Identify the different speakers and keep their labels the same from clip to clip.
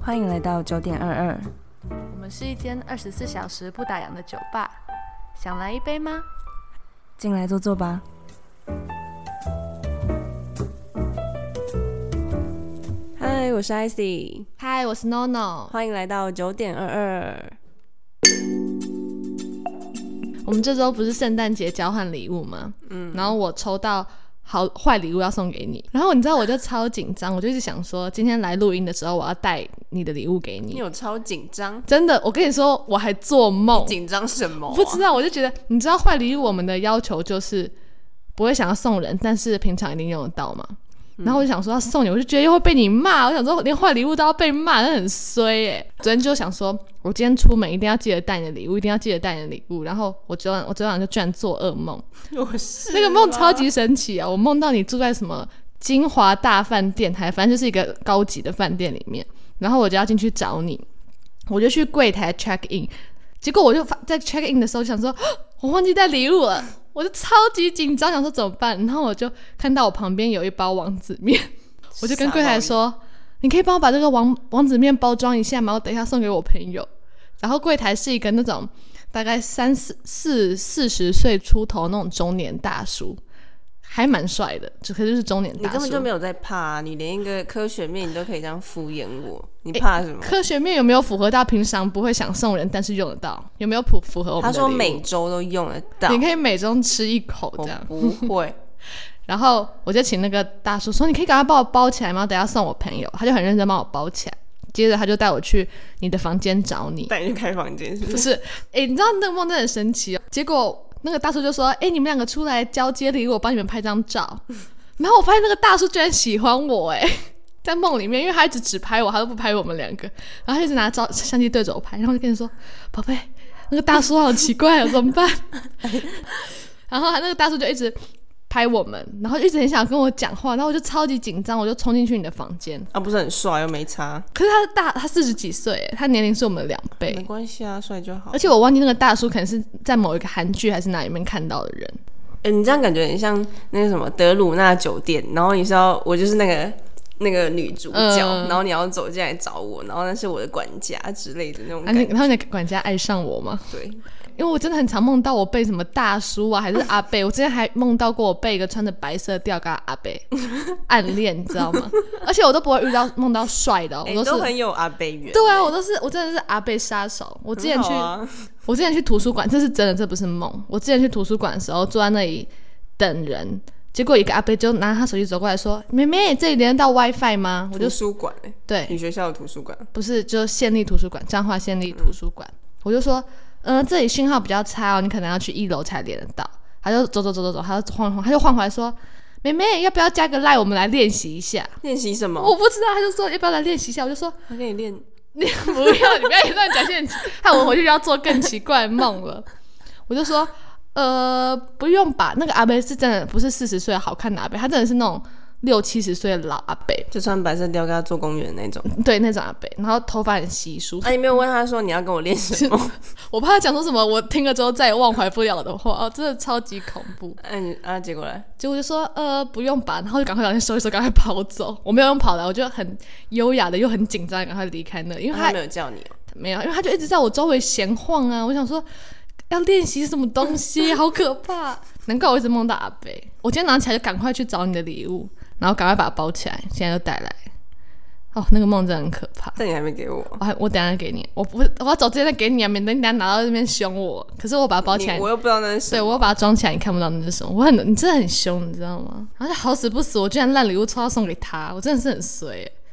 Speaker 1: 欢迎来到九点二二，
Speaker 2: 我们是一间二十四小时不打烊的酒吧，想来一杯吗？
Speaker 1: 进来坐坐吧。
Speaker 3: 嗨，我是 IC，
Speaker 2: 嗨，我是 NONO。
Speaker 3: 欢迎来到九点二二。
Speaker 2: 我们这周不是圣诞节交换礼物吗？嗯，然后我抽到好坏礼物要送给你，然后你知道我就超紧张，我就一直想说，今天来录音的时候我要带你的礼物给
Speaker 3: 你
Speaker 2: 你。
Speaker 3: 有超紧张？
Speaker 2: 真的，我跟你说，我还做梦，
Speaker 3: 紧张什么啊、
Speaker 2: 我不知道，我就觉得，你知道坏礼物我们的要求就是不会想要送人，但是平常一定用得到嘛。
Speaker 3: 嗯
Speaker 2: 然后我就想说要送你，我就觉得又会被你骂，我想说连坏礼物都要被骂，那很衰哎、昨天就想说，我今天出门一定要记得带你的礼物，一定要记得带你的礼物。然后我昨晚我昨晚就居然做噩梦，
Speaker 3: 我是啊
Speaker 2: 那个梦超级神奇啊！我梦到你住在什么金华大饭店，还反正就是一个高级的饭店里面，然后我就要进去找你，我就去柜台 check in，结果我就发在 check in 的时候就想说， 啊我忘记带礼物了，我就超级紧张，想说怎么办？然后我就看到我旁边有一包王子面， 我就跟柜台说，你可以帮我把这个王王子面包装一下吗？我等一下送给我朋友。然后柜台是一个那种大概三四四四十岁出头那种中年大叔，还蛮帅的，就可啊是就是中年
Speaker 3: 你
Speaker 2: 大叔。
Speaker 3: 根本就没有在怕、你连一个科学面你都可以这样敷衍我，你怕什么？
Speaker 2: 科学面有没有符合到平常不会想送人，但是用得到？有没有符符合我们
Speaker 3: 他
Speaker 2: 的
Speaker 3: 说
Speaker 2: 礼物
Speaker 3: 每周都用得到，
Speaker 2: 你可以每周吃一口
Speaker 3: 我
Speaker 2: 这样。
Speaker 3: 不 会。
Speaker 2: 然后我就请那个大叔说：“你可以赶快帮我包起来吗？等一下送我朋友。”他就很认真帮我包起来。接着他就带我去你的房间找你，
Speaker 3: 带你去开房间是 不
Speaker 2: 不
Speaker 3: 是？
Speaker 2: 是，哎、你知道那个梦真的很神奇哦。结果那个大叔就说：“哎、你们两个出来交接礼物，我帮你们拍张照。”然后我发现那个大叔居然喜欢我，哎， 在梦里面，因为他一直只拍我，他都不拍我们两个，然后他一直拿照相机对着我拍，然后我就跟你说：“宝贝，那个大叔好奇怪哦，怎么办？” 然后他那个大叔就一直。拍我们，然后一直很想跟我讲话，然后我就超级紧张，我就冲进去你的房间。
Speaker 3: 啊，不是很帅又没差，
Speaker 2: 可是他大，他四十几岁耶，他年龄是我们的两倍
Speaker 3: 没，关系啊，帅就好。
Speaker 2: 而且我忘记那个大叔可能是在某一个韩剧还是哪里面看到的人，
Speaker 3: 哎、你这样感觉很像那个什么德鲁纳酒店，然后你是要我就是那个那个女主角，
Speaker 2: 嗯
Speaker 3: 然后你要走进来找我，然后那是我的管家之类的那种
Speaker 2: 啊
Speaker 3: 嗯感
Speaker 2: 那
Speaker 3: 觉。
Speaker 2: 然后你的管家爱上我吗？
Speaker 3: 对，
Speaker 2: 因为我真的很常梦到我被什么大叔啊，还是阿贝，我之前还梦到过我被一个穿着白色吊嘎的阿贝 暗恋，你知道 吗？而且我都不会遇到梦到帅的哦、
Speaker 3: 哎、
Speaker 2: 我
Speaker 3: 都
Speaker 2: 都是。
Speaker 3: 很有阿贝缘。
Speaker 2: 对啊，我都是我真的是阿贝杀手。我之前
Speaker 3: 很
Speaker 2: 去、
Speaker 3: 好啊、
Speaker 2: 我之前去图书馆，这是真的，这不是梦。我之前去图书馆的时候，坐在那里等人，结果一个阿贝就拿他手机走过来说：“妹妹，这里连得到 WiFi 吗？”我就
Speaker 3: 图书馆、欸，
Speaker 2: 对，
Speaker 3: 女学校的图书馆，
Speaker 2: 不是，就县立图书馆，彰化县立图书馆。我就说，嗯、这里信号比较差哦，你可能要去一楼才连得到。他就走走走走走，他就晃一晃，他就换回来说：“妹妹，要不要加个 line，我们来练习一下
Speaker 3: 练习什？”么？
Speaker 2: 我不知道，他就说要不要来练习一下，我就说
Speaker 3: 他给你练，
Speaker 2: 你不要，你不要乱讲现实，害我回去就要做更奇怪的梦了。我就说，呃，不用吧，那个阿贝是真的不是四十岁好看的阿贝，他真的是那种六七十岁的老阿贝，
Speaker 3: 就穿白色吊嘎做公园的那种。
Speaker 2: 对那种阿贝，然后头发很稀疏，
Speaker 3: 啊，你没有问他说你要跟我练什 么？
Speaker 2: 我怕他讲出什么我听了之后再也忘怀不了的话，哦，真的超级恐怖。
Speaker 3: 哎、你啊，结果嘞？
Speaker 2: 结果我就说呃不用吧，然后就赶快把东西收一收，赶快跑走。我没有用跑的，我就很优雅的又很紧张，赶快离开那里，因为
Speaker 3: 他
Speaker 2: 他
Speaker 3: 没有叫你、哦，
Speaker 2: 没有，因为他就一直在我周围闲晃啊。我想说要练习什么东西，好可怕！难怪我一直梦到阿北。我今天拿起来就赶快去找你的礼物，然后赶快把它包起来，现在就带来。哦，那个梦真的很可怕。
Speaker 3: 但你还没给我。
Speaker 2: 我还我等一下给你，我不我要走之前再给你啊，免得你等一下拿到这边凶我。可是我把它包起来
Speaker 3: 你，我又不知道那是
Speaker 2: 对
Speaker 3: 谁。
Speaker 2: 我要把它装起来，你看不到那是什么。我很你真的很凶，你知道吗？然后就好死不死，我居然烂礼物抽到送给他，我真的是很衰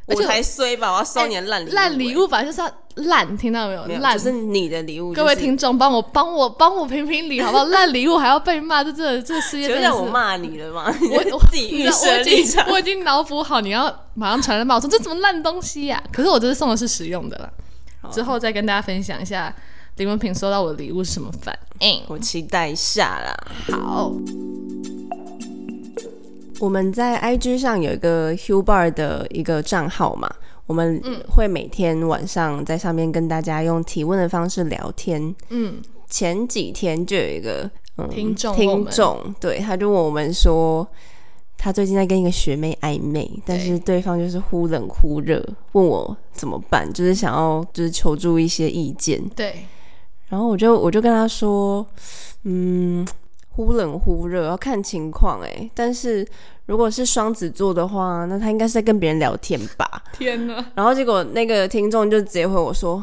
Speaker 2: 欸、而
Speaker 3: 我
Speaker 2: 且哎
Speaker 3: 才衰吧，我要收你的烂礼物、
Speaker 2: 烂礼
Speaker 3: 物，
Speaker 2: 物反正就是要烂，听到没有？
Speaker 3: 没有，
Speaker 2: 烂。
Speaker 3: 就是你的礼物、
Speaker 2: 各位，听众，帮我帮我帮我评评理好不 好？烂礼物还要被骂，这这这世界
Speaker 3: 就
Speaker 2: 真的
Speaker 3: 让
Speaker 2: 是
Speaker 3: 我骂你 了嘛？
Speaker 2: 我
Speaker 3: 自己预
Speaker 2: 你知道
Speaker 3: 设
Speaker 2: 我
Speaker 3: 立
Speaker 2: 已经
Speaker 3: 场。
Speaker 2: 我已经脑补好你要马上传来骂我说这怎么烂东西呀、可是我这次送的是实用的啦，之后再跟大家分享一下林文平收到我的礼物是什么反应。
Speaker 3: 我期待一下啦。
Speaker 2: 好，
Speaker 3: 我们在 IG 上有一个 Hugh Bar 的一个账号嘛，我们
Speaker 2: 嗯
Speaker 3: 会每天晚上在上面跟大家用提问的方式聊天。
Speaker 2: 嗯，
Speaker 3: 前几天就有一个嗯
Speaker 2: 听众问我
Speaker 3: 听
Speaker 2: 们
Speaker 3: 众，对，他就问我们说，他最近在跟一个学妹暧昧，但是对方就是忽冷忽热，问我怎么办，就是想要就是求助一些意见。
Speaker 2: 对，
Speaker 3: 然后我就我就跟他说，嗯，忽冷忽热要看情况哎、但是如果是双子座的话，那他应该是在跟别人聊天吧。
Speaker 2: 天哪，
Speaker 3: 然后结果那个听众就直接回我说，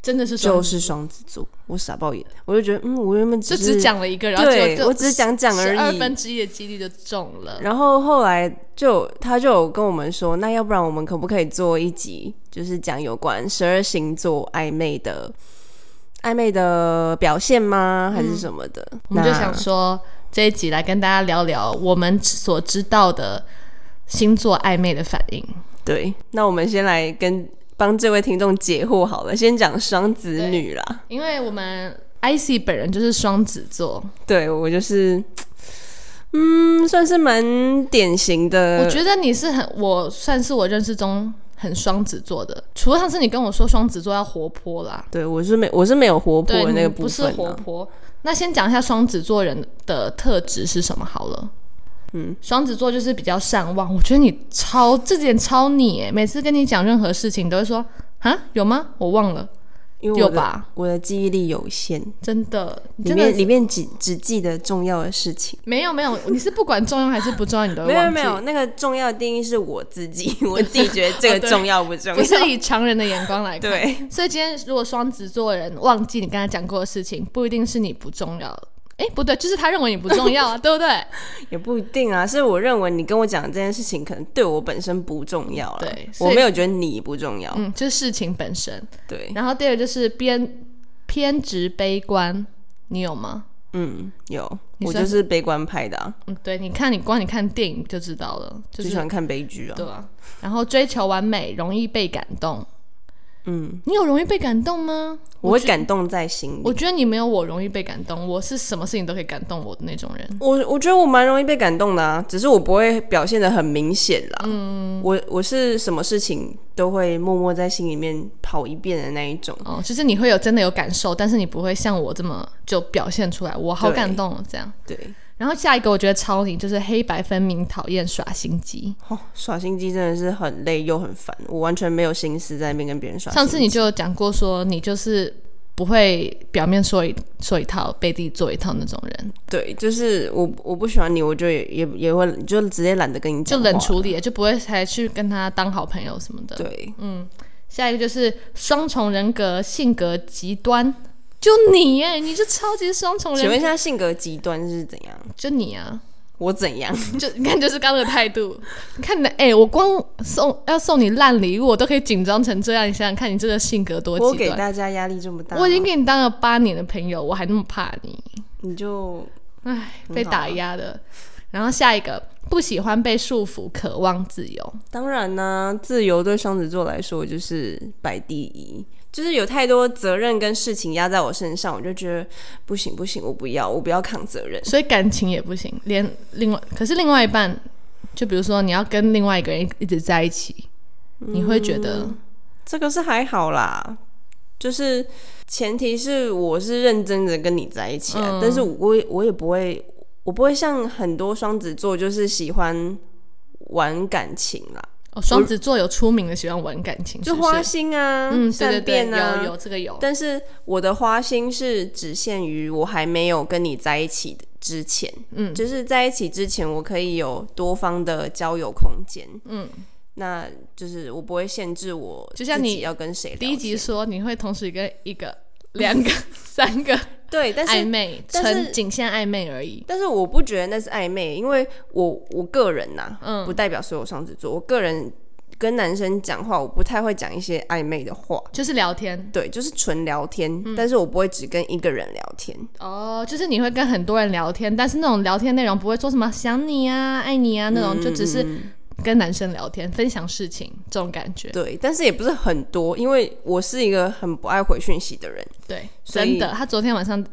Speaker 2: 真的是
Speaker 3: 就
Speaker 2: 双子
Speaker 3: 是双子座，我傻爆眼。我就觉得，嗯，我原本只
Speaker 2: 就是只，讲了一个，然后结果
Speaker 3: 对
Speaker 2: 就
Speaker 3: 我只是讲讲而
Speaker 2: 二
Speaker 3: 已。
Speaker 2: 分之一的几率就中了。
Speaker 3: 然后后来就他就有跟我们说，那要不然我们可不可以做一集，就是讲有关十二星座暧昧的暧昧的表现吗？还是什么的？
Speaker 2: 我们就
Speaker 3: 那
Speaker 2: 想说这一集来跟大家聊聊我们所知道的星座暧昧的反应。
Speaker 3: 对，那我们先来跟帮这位听众解惑好了，先讲双子女啦。
Speaker 2: 因为我们 IC 本人就是双子座，
Speaker 3: 对我就是，嗯，算是蛮典型的。
Speaker 2: 我觉得你是很，我算是我认识中很双子座的。除了上次你跟我说双子座要活泼啦，
Speaker 3: 对我是没我是没有活泼
Speaker 2: 对，
Speaker 3: 的那
Speaker 2: 你
Speaker 3: 个
Speaker 2: 不
Speaker 3: 部
Speaker 2: 是
Speaker 3: 分、啊，
Speaker 2: 活泼。那先讲一下双子座人的特质是什么好了。嗯，双子座就是比较善忘，我觉得你超这点超你诶，每次跟你讲任何事情，你都会说啊有吗？我忘了，
Speaker 3: 因为我
Speaker 2: 有
Speaker 3: 的
Speaker 2: 吧
Speaker 3: 我的记忆力有限，
Speaker 2: 真的，你
Speaker 3: 里
Speaker 2: 真的
Speaker 3: 面里面只只记得重要的事情。
Speaker 2: 没有没有，你是不管重要还是不重要，你都会
Speaker 3: 没
Speaker 2: 忘
Speaker 3: 有
Speaker 2: 记。
Speaker 3: 没有，那个重要的定义是我自己， 我自己觉得这
Speaker 2: 哦
Speaker 3: 个
Speaker 2: 对
Speaker 3: 重要不重要？
Speaker 2: 不是以常人的眼光来看。
Speaker 3: 对，
Speaker 2: 所以今天如果双子座的人忘记你刚才讲过的事情，不一定是你不重要。哎，不对，就是他认为你不重 要啊，对不对？
Speaker 3: 也不一定啊。是我认为你跟我讲这件事情，可能对我本身不重要了。
Speaker 2: 对所以
Speaker 3: 我没有觉得你不重要。
Speaker 2: 嗯，就是事情本身。
Speaker 3: 对，
Speaker 2: 然后第二个就是偏偏执悲观，你有吗？
Speaker 3: 嗯，有，
Speaker 2: 你
Speaker 3: 我
Speaker 2: 算
Speaker 3: 就是悲观派的、啊，
Speaker 2: 嗯，对，你看你光你看电影就知道了，就
Speaker 3: 最
Speaker 2: 是
Speaker 3: 喜欢看悲剧啊。
Speaker 2: 对啊。然后追求完美，容易被感动。
Speaker 3: 嗯，
Speaker 2: 你有容易被感动吗？
Speaker 3: 我会感动在心
Speaker 2: 我
Speaker 3: 里。
Speaker 2: 觉得你没有我容易被感动，我是什么事情都可以感动我的那种人。
Speaker 3: 我我觉得我蛮容易被感动的啊，只是我不会表现的很明显啦。嗯，我我是什么事情都会默默在心里面跑一遍的那一种。
Speaker 2: 哦，就是你会有真的有感受，但是你不会像我这么就表现出来，我好
Speaker 3: 对
Speaker 2: 感动哦这样。
Speaker 3: 对，
Speaker 2: 然后下一个我觉得超你就是黑白分明，讨厌耍心机。
Speaker 3: 哦，耍心机真的是很累又很烦，我完全没有心思在那边跟别人耍心机。
Speaker 2: 上次你就有讲过说你就是不会表面说一说一套，背地做一套那种人，
Speaker 3: 对，就是我我不喜欢你，我就也也也会就直接懒得跟你
Speaker 2: 就
Speaker 3: 讲，
Speaker 2: 冷处。理，就不会才去跟他当好朋友什么的。
Speaker 3: 对，
Speaker 2: 下一个就是双重人格，性格极端。就你耶，你就超级双重人
Speaker 3: 请
Speaker 2: 格，
Speaker 3: 问一下，性格极端是怎样？
Speaker 2: 就你啊，
Speaker 3: 我怎样？
Speaker 2: 就你看，就是刚刚的态度。 你看你的，哎、我光送要送你烂礼物，我都可以紧张成这样。你想想看，你这个性格多
Speaker 3: 我
Speaker 2: 极
Speaker 3: 给
Speaker 2: 端。
Speaker 3: 大家压力这么大吗，
Speaker 2: 我已经跟你当了八年的朋友，我还那么怕你，
Speaker 3: 你就
Speaker 2: 唉，
Speaker 3: 很
Speaker 2: 被
Speaker 3: 好
Speaker 2: 打
Speaker 3: 啊
Speaker 2: 压的。然后下一个，不喜欢被束缚，渴望自由。
Speaker 3: 当然呢、自由对双子座来说就是摆第一，就是有太多责任跟事情压在我身上，我就觉得不行不行，我不要，我不要扛责任。
Speaker 2: 所以感情也不行，连另外，可是另外一半，就比如说你要跟另外一个人一一直在一起，
Speaker 3: 嗯
Speaker 2: 你会觉得，哦
Speaker 3: 这个是还好啦，就是前提是我是认真的跟你在一起啊，
Speaker 2: 嗯
Speaker 3: 但是我也我也不会，我不会像很多双子座就是喜欢玩感情啦，
Speaker 2: 哦，双子座有出名的喜欢玩感情，
Speaker 3: 就是
Speaker 2: 不是
Speaker 3: 花心啊，
Speaker 2: 嗯，对
Speaker 3: 善
Speaker 2: 对
Speaker 3: 变
Speaker 2: 对，
Speaker 3: 啊，
Speaker 2: 有有这个有，
Speaker 3: 但是我的花心是只限于我还没有跟你在一起的之前，
Speaker 2: 嗯
Speaker 3: 就是在一起之前，我可以有多方的交友空间，
Speaker 2: 嗯。
Speaker 3: 那就是我不会限制我，
Speaker 2: 就像你
Speaker 3: 要跟谁聊
Speaker 2: 第一集
Speaker 3: 天
Speaker 2: 说你会同时跟一个、两个、三个
Speaker 3: 对，但
Speaker 2: 暧
Speaker 3: 是
Speaker 2: 昧，
Speaker 3: 但是
Speaker 2: 纯仅限暧昧而已。
Speaker 3: 但是我不觉得那是暧昧，因为我我个人呐、
Speaker 2: 嗯
Speaker 3: 不代表所有双子座，我个人跟男生讲话，我不太会讲一些暧昧的话。
Speaker 2: 就是聊天
Speaker 3: 对，就是纯聊天，
Speaker 2: 嗯
Speaker 3: 但是我不会只跟一个人聊天。
Speaker 2: 哦，就是你会跟很多人聊天，但是那种聊天内容不会说什么想你啊、爱你啊那种，就只是跟男生聊天、分享事情这种感觉。
Speaker 3: 嗯对，但是也不是很多，因为我是一个很不爱回讯息的人，
Speaker 2: 对，
Speaker 3: 所
Speaker 2: 真
Speaker 3: 以
Speaker 2: 的，他昨天晚上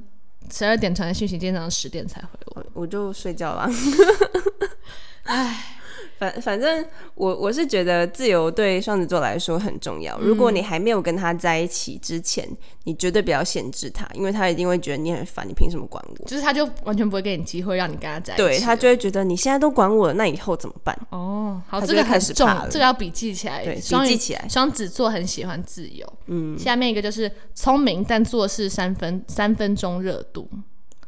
Speaker 2: 十二点 传的讯息，今天早上十点才回我。
Speaker 3: 我就睡觉啦。唉， 反反正我我是觉得自由对双子座来说很重要。
Speaker 2: 嗯
Speaker 3: 如果你还没有跟他在一起之前，你绝对不要限制他，因为他一定会觉得你很烦，你凭什么管我？
Speaker 2: 就是他就完全不会给你机会让你跟他在一起了。
Speaker 3: 对他就会觉得你现在都管我了，那以后怎么办？
Speaker 2: 哦，好，
Speaker 3: 他
Speaker 2: 这
Speaker 3: 就
Speaker 2: 个
Speaker 3: 会
Speaker 2: 很
Speaker 3: 开始
Speaker 2: 重
Speaker 3: 怕，了
Speaker 2: 这个要笔记起来。
Speaker 3: 对，笔
Speaker 2: 双
Speaker 3: 记起来。
Speaker 2: 双子座很喜欢自由，嗯，下面一个就是聪明但做事三分三分钟热度，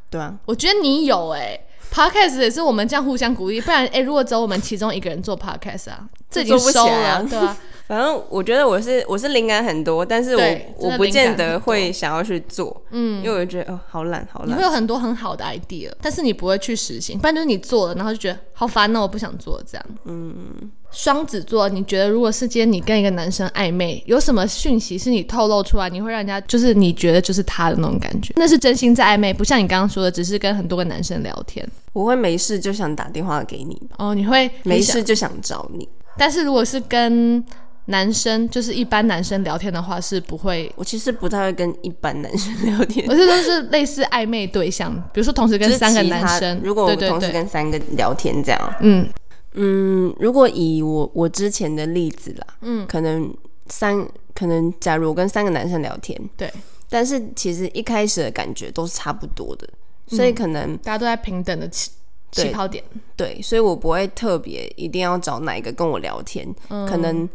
Speaker 3: 对啊，
Speaker 2: 我觉得你有哎、Podcast 也是我们这样互相鼓励，不然哎、如果只有我们其中一个人做 Podcast 啊，这已经
Speaker 3: 就做不起
Speaker 2: 收了，
Speaker 3: 来啊
Speaker 2: 对 啊，
Speaker 3: 反正我觉得我是我是灵感很多，但是我
Speaker 2: 对真的
Speaker 3: 我不见
Speaker 2: 灵感
Speaker 3: 得
Speaker 2: 很多
Speaker 3: 会想要去做，嗯，因为我就觉得哦，好懒，好
Speaker 2: 你
Speaker 3: 懒
Speaker 2: 会。有很多很好的 idea，但是你不会去实行，不然就是你做了，然后就觉得好烦哦，我不想做这样。嗯，双子座，你觉得如果是今天你跟一个男生暧昧，有什么讯息是你透露出来，你会让人家就是你觉得就是他的那种感觉？那是真心在暧昧，不像你刚刚说的，只是跟很多个男生聊天。
Speaker 3: 我会没事就想打电话给你，
Speaker 2: 哦，你会
Speaker 3: 没
Speaker 2: 你想
Speaker 3: 事就想找你。
Speaker 2: 但是如果是跟男生，就是一般男生聊天的话，是不会。
Speaker 3: 我其实不太会跟一般男生聊天
Speaker 2: 我，是说，是类似暧昧对象，比如说同时跟
Speaker 3: 就是
Speaker 2: 三个
Speaker 3: 其
Speaker 2: 男
Speaker 3: 他
Speaker 2: 生，
Speaker 3: 如果我
Speaker 2: 对对
Speaker 3: 同时
Speaker 2: 对，
Speaker 3: 跟三个聊天这样，
Speaker 2: 嗯，
Speaker 3: 嗯，如果以我我之前的例子啦，
Speaker 2: 嗯
Speaker 3: 嗯，可能三，可能假如我跟三个男生聊天，
Speaker 2: 对，
Speaker 3: 但是其实一开始的感觉都是差不多的，
Speaker 2: 嗯
Speaker 3: 所以可能、
Speaker 2: 大家都在平等的起
Speaker 3: 对
Speaker 2: 起跑点。
Speaker 3: 对，所以我不会特别一定要找哪一个跟我聊天，
Speaker 2: 嗯
Speaker 3: 可能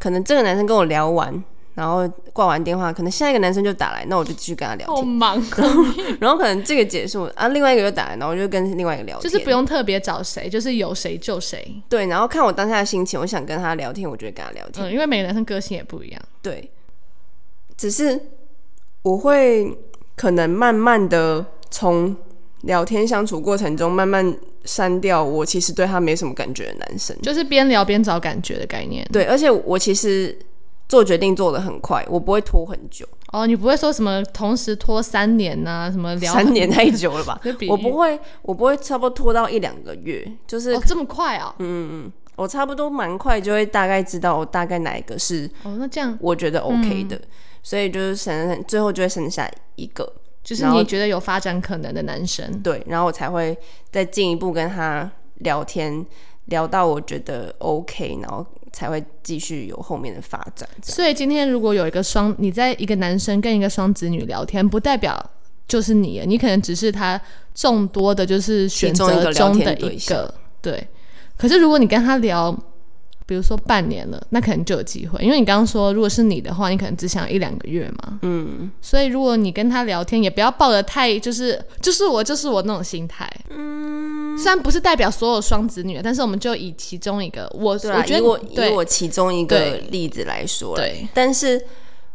Speaker 3: 可能这个男生跟我聊完，然后挂完电话，可能下一个男生就打来，那我就继续跟他聊
Speaker 2: 好
Speaker 3: 天，
Speaker 2: 忙，哦
Speaker 3: 然后可能这个结束啊，另外一个又打来，然后我就跟另外一个聊天，
Speaker 2: 就是不用特别找谁，就是有谁就谁。
Speaker 3: 对，然后看我当下的心情，我想跟他聊天，我就会跟他聊天，
Speaker 2: 嗯，因为每个男生个性也不一样。
Speaker 3: 对，只是我会可能慢慢的从聊天相处过程中慢慢删掉我其实对他没什么感觉的男生。
Speaker 2: 就是边聊边找感觉的概念。
Speaker 3: 对，而且我其实做决定做的很快，我不会拖很久，
Speaker 2: 哦，你不会说什么同时拖三年呐、什么聊？
Speaker 3: 三年太久了吧
Speaker 2: 这 比喻
Speaker 3: 我不会，我不会差不多拖到一两个月，就是、
Speaker 2: 哦这么快啊、
Speaker 3: 嗯
Speaker 2: 哦？
Speaker 3: 我差不多蛮快就会大概知道我大概哪一个是
Speaker 2: 哦那这样
Speaker 3: 我觉得 OK 的，所以就是剩最后就会剩下一个。
Speaker 2: 就是
Speaker 3: 然后
Speaker 2: 你觉得有发展可能的男生，
Speaker 3: 对，然后我才会再进一步跟他聊天，聊到我觉得 OK，然后才会继续有后面的发展。这样
Speaker 2: 所以今天如果有一个双，你在一个男生跟一个双子女聊天，不代表就是你，你可能只是他众多的，就是选
Speaker 3: 其中一
Speaker 2: 择
Speaker 3: 个聊
Speaker 2: 中的
Speaker 3: 天对
Speaker 2: 一
Speaker 3: 象
Speaker 2: 个。对，可是如果你跟他聊，比如说半年了，那可能就有机会，因为你刚刚说，如果是你的话，你可能只想一两个月嘛。嗯，所以如果你跟他聊天，也不要抱得太就是就是我就是我那种心态。嗯，虽然不是代表所有双子女，但是我们就以其中一个，我
Speaker 3: 对啊，
Speaker 2: 我觉
Speaker 3: 以
Speaker 2: 得
Speaker 3: 我
Speaker 2: 对
Speaker 3: 以我其中一个
Speaker 2: 对
Speaker 3: 例子来说啦，
Speaker 2: 对
Speaker 3: 但是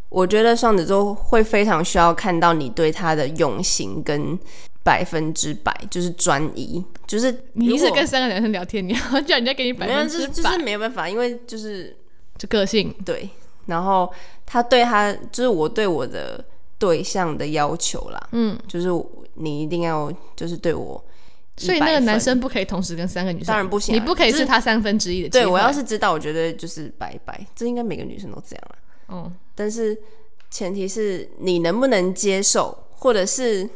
Speaker 3: 我觉得双子座会非常需要看到你对他的用心跟百分之百，就是专一，就是
Speaker 2: 你一
Speaker 3: 如
Speaker 2: 直
Speaker 3: 果
Speaker 2: 跟三个男生聊天，你要叫人家给你百
Speaker 3: 没有
Speaker 2: 分
Speaker 3: 就是
Speaker 2: 之
Speaker 3: 就
Speaker 2: 百
Speaker 3: 是，没有办法，因为就是
Speaker 2: 就个性
Speaker 3: 对，然后他对他就是我对我的对象的要求啦，嗯，就是你一定要就是对我100分，
Speaker 2: 所以那个男生不可以同时跟三个女生，
Speaker 3: 当然不行啊
Speaker 2: 你不可以
Speaker 3: 就是
Speaker 2: 是他三分之一的机会。
Speaker 3: 对我要是知道，我觉得就是拜拜，这应该每个女生都这样啊啦。
Speaker 2: 嗯，
Speaker 3: 但是前提是你能不能接受，或者是